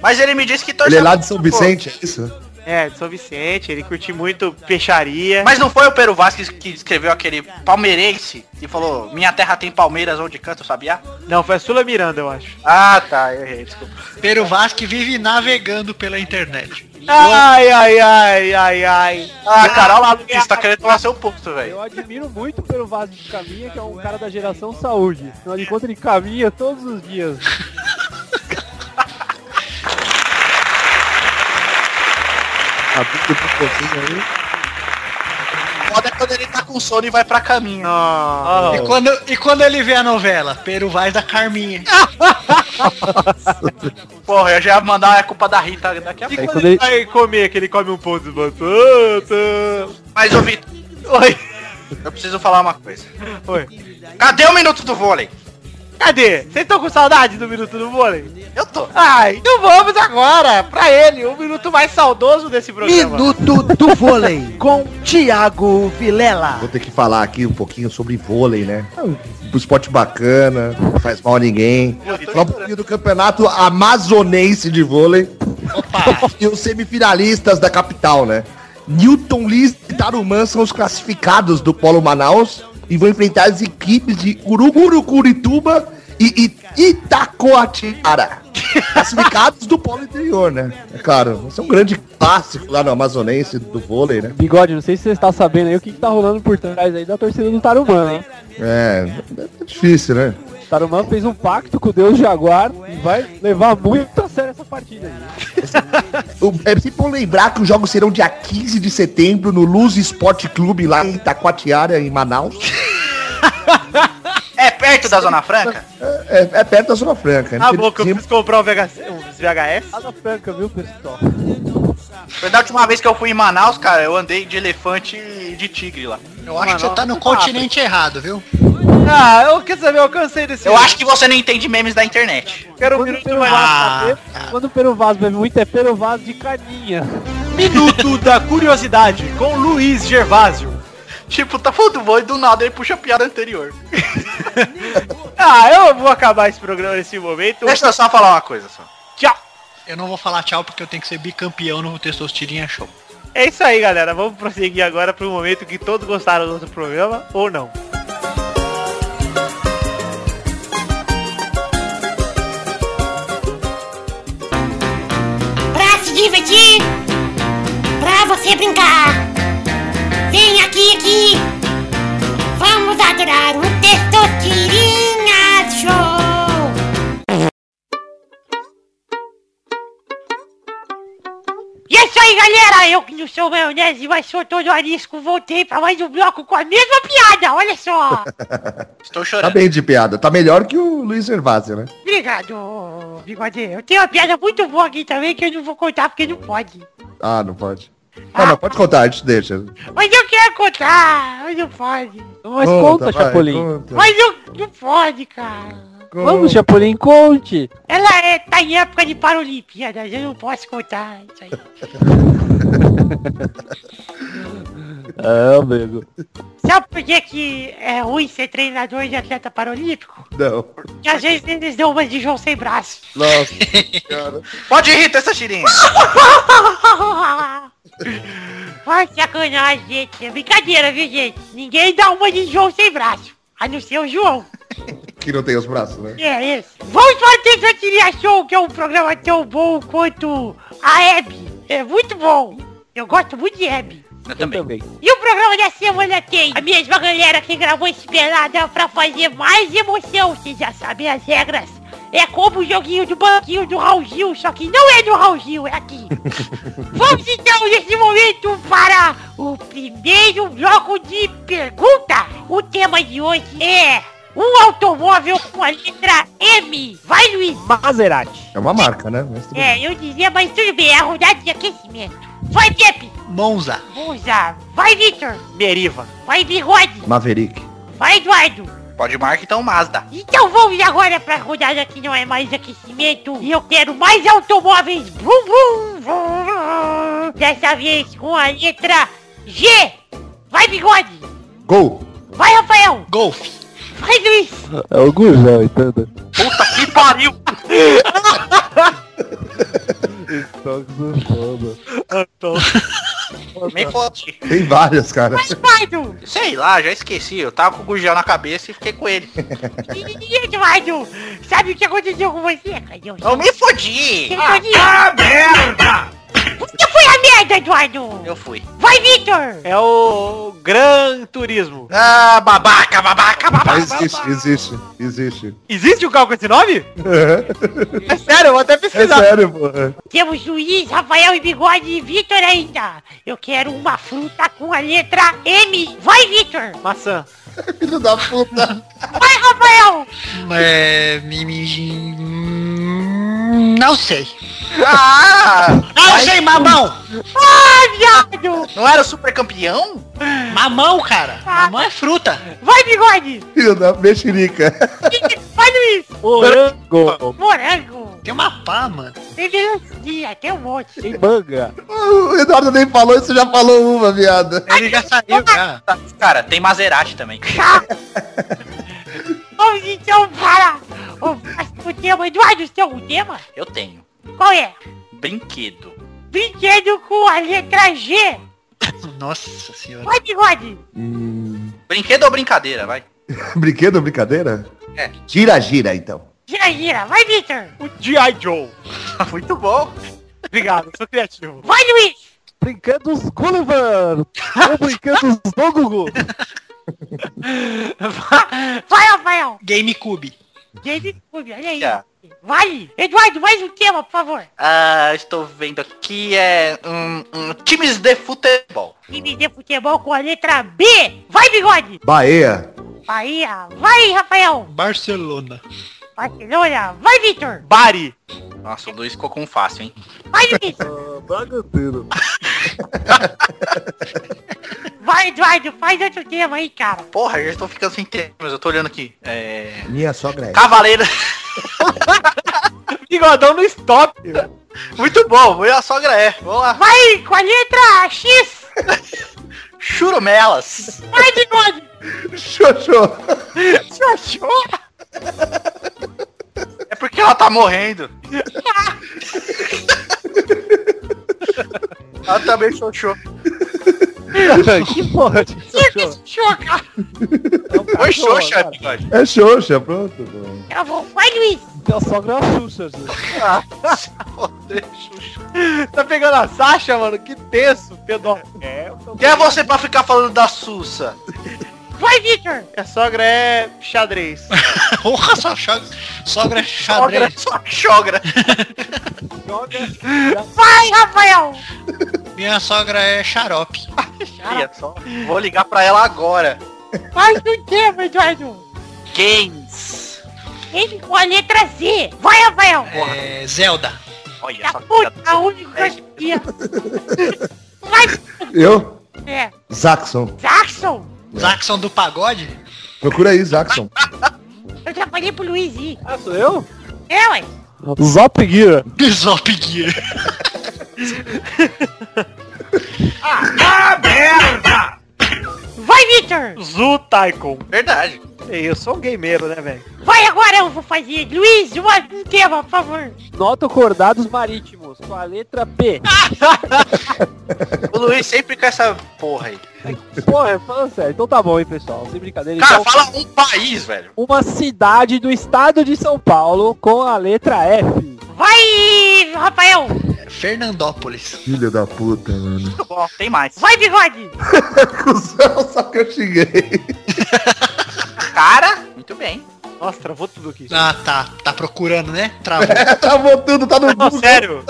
S3: Mas ele me disse que torceu.
S5: Ele é lá de São
S3: pro-
S5: Vicente, é isso?
S4: É, de São Vicente, ele curte muito peixaria.
S3: Mas não foi o Peru Vaz que, que escreveu aquele palmeirense que falou Minha terra tem palmeiras onde canta o sabiá?
S4: Não, foi a Sula Miranda, eu acho.
S3: Ah, tá, eu errei, desculpa.
S6: Pero Vasque vive navegando pela internet.
S4: Ai, ai, ai, ai, ai.
S3: Ah, Carol Lucas tá querendo tomar seu posto, velho.
S7: Eu admiro muito pelo Vaso de Caminha, que é um cara da geração saúde. Afinal de contas, ele caminha todos os dias.
S5: A boca do cozinho aí.
S3: Foda é quando ele tá com sono e vai pra caminho. Ah,
S4: Não.
S6: E, quando, e quando ele vê a novela? Pero Vaz da Carminha.
S3: Ah. Porra, eu já ia mandar a culpa da Rita daqui a
S4: E
S3: pouco.
S7: Aí
S4: quando
S7: quando
S4: ele
S7: ele-
S4: vai comer, que ele come um pão de batata.
S3: Mas, ô Vitor,
S4: Oi,
S3: eu preciso falar uma coisa.
S4: oi.
S3: Cadê o minuto do vôlei?
S4: Cadê? Vocês estão com saudade do Minuto do Vôlei?
S3: Eu tô.
S4: Ai, então vamos agora pra ele, o minuto mais saudoso desse programa.
S2: Minuto do vôlei com Thiago Vilela.
S5: Vou ter que falar aqui um pouquinho sobre vôlei, né? É um esporte bacana, não faz mal a ninguém. Falar um pouquinho do campeonato amazonense de vôlei. E os semifinalistas da capital, né? Newton Liz e Tarumã são os classificados do Polo Manaus e vão enfrentar as equipes de Urugurucurituba e It- Itacoatiara. Classificados do polo interior, né? É claro, esse é um grande clássico lá no amazonense do vôlei, né?
S7: Bigode, não sei se você está sabendo aí o que, que tá rolando por trás aí da torcida do Tarumã, hein?
S5: É, é difícil, né?
S7: Tarumã fez um pacto com o Deus Jaguar e vai levar muito a sério essa partida aí.
S5: O- É sempre bom lembrar que os jogos serão dia 15 de setembro no Luz Esporte Clube lá em Itacoatiara, em Manaus.
S3: É perto da Zona Franca?
S5: É, é perto da Zona Franca. né?
S4: Tá bom, que eu
S5: Sim,
S4: preciso comprar um VHS. uns VHS.
S7: Lá na franca, viu, pessoal?
S3: Foi da última vez que eu fui em Manaus, cara, eu andei de elefante e de tigre lá.
S6: Eu acho que você tá no continente errado, viu?
S4: Ah, eu quero saber, eu cansei desse.
S3: Eu acho que você não entende memes da internet.
S4: quero um
S7: Quando o
S4: minuto
S7: Pero
S4: mais.
S7: Vaso beber, quando o Pero Vaso bebe muito, é Pero Vaso de caninha.
S4: Minuto da curiosidade com Luiz Gervásio.
S3: Tipo, tá falando bom e do nada ele puxa a piada anterior.
S4: Ah, eu vou acabar esse programa nesse momento.
S3: Deixa eu só falar uma coisa só.
S4: Tchau.
S6: Eu não vou falar tchau porque eu tenho que ser bicampeão no Testosterinha Show.
S4: É isso aí, galera. Vamos prosseguir agora pro momento que todos gostaram do outro programa ou não.
S12: Pra se
S13: divertir, pra você brincar. Vem aqui, aqui, vamos adorar o Testosterinha Show.
S12: E é isso aí, galera! Eu que não sou maionese, mas sou todo arisco, voltei pra mais um bloco com a mesma piada, olha só!
S3: Estou
S5: Tá bem de piada. Tá melhor que o Luiz Gervásio, né?
S12: Obrigado, bigode. Eu tenho uma piada muito boa aqui também que eu não vou contar porque não pode.
S5: Ah, não pode. Ah, não, pode contar, a gente deixa.
S12: Mas eu quero contar, mas não pode.
S7: Mas conta,
S5: vai,
S7: Chapolin.
S5: conta.
S12: Mas não, não pode, cara.
S7: Vamos, Chapolin, conte.
S12: Ela é, tá em época de Paralimpíadas, eu não posso contar isso aí.
S7: É, amigo.
S12: Sabe por que, que é ruim ser treinador de atleta paralímpico?
S5: Não.
S12: Que às vezes eles dão uma de João sem braço.
S5: Nossa,
S3: Pode ir, Rita, essa tirinha.
S12: Ai, sacanagem, gente. É brincadeira, viu, gente? Ninguém dá uma de João sem braço. A não ser o João.
S5: que não tem os braços, né?
S12: É isso. Vamos para o Testatiria Show, que é um programa tão bom quanto a Hebe. É muito bom. Eu gosto muito de Hebe.
S3: Eu também.
S12: E o programa da semana tem a mesma galera que gravou esse pelada pra fazer mais emoção. Vocês já sabem as regras. É como o joguinho do banquinho do Raul Gil, só que não é do Raul Gil, é aqui. Vamos então nesse momento para o primeiro bloco de pergunta. O tema de hoje é um automóvel com a letra M. Vai, Luiz.
S7: Maserati.
S5: É uma marca, né? Mas tudo
S12: É, eu dizia, mas tudo bem, é a rodada de aquecimento. Vai, Pepe.
S6: Monza.
S12: Monza. Vai, Victor.
S4: Meriva.
S12: Vai, Bigode.
S5: bem. Maverick.
S12: Vai, Eduardo.
S3: Pode marcar então Mazda.
S12: Então vamos agora pra rodada que não é mais aquecimento. E eu quero mais automóveis. Vum, vum, vum, vum. Dessa vez com a letra G. Vai, Bigode.
S5: Gol.
S12: Vai, Rafael.
S6: Golf.
S12: Vai, Luiz.
S7: É o Guzão, entendeu?
S3: Puta que pariu. Me fode.
S5: Tem várias, cara.
S12: Eduardo.
S3: Sei lá, já esqueci. Eu tava com o Gurgel na cabeça e fiquei com ele.
S12: E Eduardo, sabe o que aconteceu com você? Cadê o
S3: Eu me fodi.
S12: Ah, merda! Você foi a merda, Eduardo!
S3: Eu fui.
S12: Vai, Victor!
S4: É o Gran Turismo.
S3: Ah, babaca, babaca,
S5: Ah,
S3: babaca.
S5: existe, existe, existe.
S4: Existe um carro com esse nome? É sério, eu vou até
S5: É
S4: pesquisar.
S5: sério, porra.
S12: Temos Luiz, Rafael e Bigode e Victor ainda! Eu quero uma fruta com a letra M! Vai, Victor!
S4: Maçã.
S5: Filho da puta.
S12: Vai, Rafael!
S6: É. mi- mi- hum, Não sei.
S3: Ah,
S6: Não sei, mamão!
S12: Ah, viado!
S3: não era o super campeão?
S6: Mamão, cara. Mamão é fruta.
S12: Vai, Bigode!
S5: Filho da mexerica.
S12: Vai, Luiz!
S7: Morango.
S12: Morango!
S6: Tem uma pá, mano.
S12: Tem melancia, tem um monte!
S7: Tem manga.
S5: O Eduardo nem falou isso, já falou uma, viada.
S6: Ele já saiu, já.
S3: Tá, Cara, tem Maserati também.
S12: Vamos então para o próximo tema. Eduardo, você tem algum tema?
S3: Eu tenho.
S12: Qual é?
S3: Brinquedo.
S12: Brinquedo com a letra G!
S6: Nossa senhora.
S12: Vai, Bigode!
S5: Hum,
S3: Brinquedo ou brincadeira, vai.
S5: brinquedo ou brincadeira?
S3: É.
S5: Gira, gira, então.
S12: Gira, gira! Vai, Victor!
S4: O G.I. Joe.
S3: Muito bom.
S4: Obrigado, sou criativo.
S12: Vai, Luiz!
S7: Brinquedos Gulliver. Ou brinquedos do Gugu.
S12: Vai, Rafael!
S6: GameCube.
S12: GameCube, olha aí.
S3: Já.
S12: Vai! Eduardo, mais um tema, por favor.
S3: Ah, estou vendo aqui é hum, hum, times de futebol.
S12: Time de futebol com a letra B. Vai, bigode!
S5: Bahia.
S4: É.
S12: Bahia. Vai, Rafael.
S6: Barcelona.
S12: Barcelona. Vai, Vitor.
S4: Bari.
S3: Nossa, o Luiz ficou com fácil, hein?
S12: Vai, Vitor. Vai, Eduardo. Faz outro tema aí, cara.
S3: Porra, eu já estou ficando sem tempo, mas eu tô olhando aqui. É.
S5: Minha sogra é.
S3: Cavaleiro.
S4: Bigodão um no stop.
S3: Muito bom, a sogra é. Vamos lá.
S12: Vai, com a letra X.
S3: Churumelas.
S12: Vai, bigode.
S5: Xoxô.
S3: É porque ela tá morrendo. ela também xoxou.
S7: Tá que porra de cachorro?
S12: Choca.
S3: Foi
S7: Cachorro,
S3: xoxa,
S7: cara.
S3: bigode.
S5: É Xoxa, pronto. pô.
S12: Tá bom. Vai, Luiz.
S7: Minha sogra é uma Xuxa, Zé.
S4: Tá pegando a Sasha, mano? Que tenso, pedó. É, Quem é você pra ficar falando da Sussa? Vai, Victor! Minha sogra é xadrez. Porra, sua sogra, sogra é
S7: Tá
S6: xadrez.
S4: Sua sogra.
S12: Vai, Rafael!
S6: Minha sogra é xarope.
S3: Olha só, Vou ligar pra ela agora.
S12: Faz um tempo, Eduardo.
S3: Games.
S12: Ele com a letra Z. Vai, Rafael!
S6: É, Zelda.
S3: Olha
S12: Tá puta, a única que
S5: Eu?
S12: É.
S5: Zaxxon.
S12: Jackson!
S6: Zaxxon do pagode?
S5: Procura aí, Zaxxon.
S12: Eu já falei pro Luiz ir.
S7: Ah, sou eu?
S12: É, ué.
S7: Zopgira.
S6: Zopgira.
S4: Ah, merda!
S12: Vai, Victor!
S4: Zu Tycoon.
S3: é Verdade.
S4: Eu sou um gameiro, né, velho?
S12: Vai agora, eu vou fazer. Luiz, uma- um tema, por favor.
S7: Noto cordados marítimos, com a letra P.
S3: O Luiz sempre com essa porra aí.
S7: Porra, falando sério, então tá bom, hein, pessoal. Sem brincadeira.
S3: Cara,
S7: então,
S3: fala um país, velho.
S7: Uma cidade do estado de São Paulo com a letra F.
S12: Vai, Rafael!
S6: Fernandópolis.
S5: Filho da puta, mano.
S3: Muito bom, tem mais.
S12: Vai, bigode!
S5: Cusão, só que eu xinguei.
S3: Cara, muito bem.
S4: Nossa, travou tudo aqui.
S6: Ah, tá. Tá procurando, né? Travou.
S5: Travou tudo, tá no
S4: Não,
S5: Google.
S4: sério.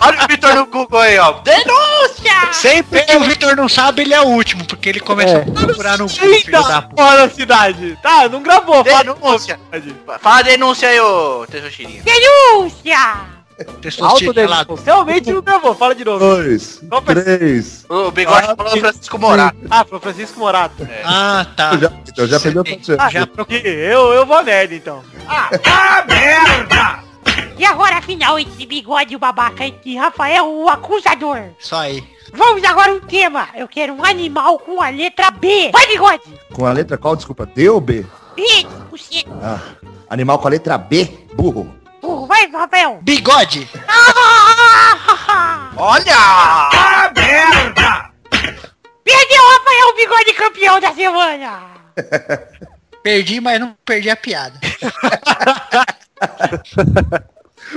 S3: Olha o Vitor no Google aí, ó. Denúncia!
S6: Sempre que o Vitor não sabe, ele é o último, porque ele começou
S7: É.
S6: a procurar tá no Google, filho da
S4: Eita,
S6: puta.
S4: fora da cidade. Tá, não gravou. Fala,
S3: Denúncia.
S4: cidade.
S3: Fala a denúncia aí, ô Tesouxirinha.
S12: Denúncia!
S6: Testosterona.
S7: Autodenúncia.
S4: Realmente não gravou. Fala de novo.
S5: Dois, três.
S3: O Bigode
S4: Ah,
S3: falou Francisco Morato.
S4: Ah, pro Francisco Morato.
S6: Ah, tá.
S5: Eu já, eu já perdi a
S6: Você
S5: parte.
S4: Ah, já eu, eu vou a merda, então.
S7: Ah, tá
S12: E agora, afinal, esse bigode babaca aqui, Rafael, o acusador.
S6: Só aí.
S12: Vamos agora um tema. Eu quero um animal com a letra B. Vai, bigode!
S5: Com a letra qual? Desculpa, D ou B?
S12: B, o C.
S5: Ah, animal com a letra B, burro.
S12: Burro, vai, Rafael!
S6: Bigode.
S3: Olha!
S12: Perdeu, Rafael, o bigode campeão da semana!
S6: Perdi, mas não perdi a piada.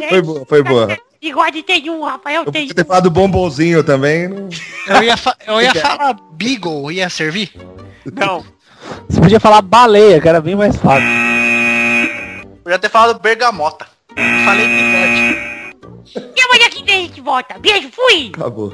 S5: Foi boa, foi boa.
S12: Bigode tem um, Rafael
S5: Eu
S12: tem
S5: podia ter falado bombonzinho também. não-
S6: Eu ia, fa- eu ia falar Beagle, ia servir?
S4: Não.
S7: Você podia falar baleia, que era bem mais fácil.
S3: Eu já ter falado bergamota. Falei bigode.
S12: um. E amanhã que vem a gente volta. Beijo, fui!
S5: Acabou.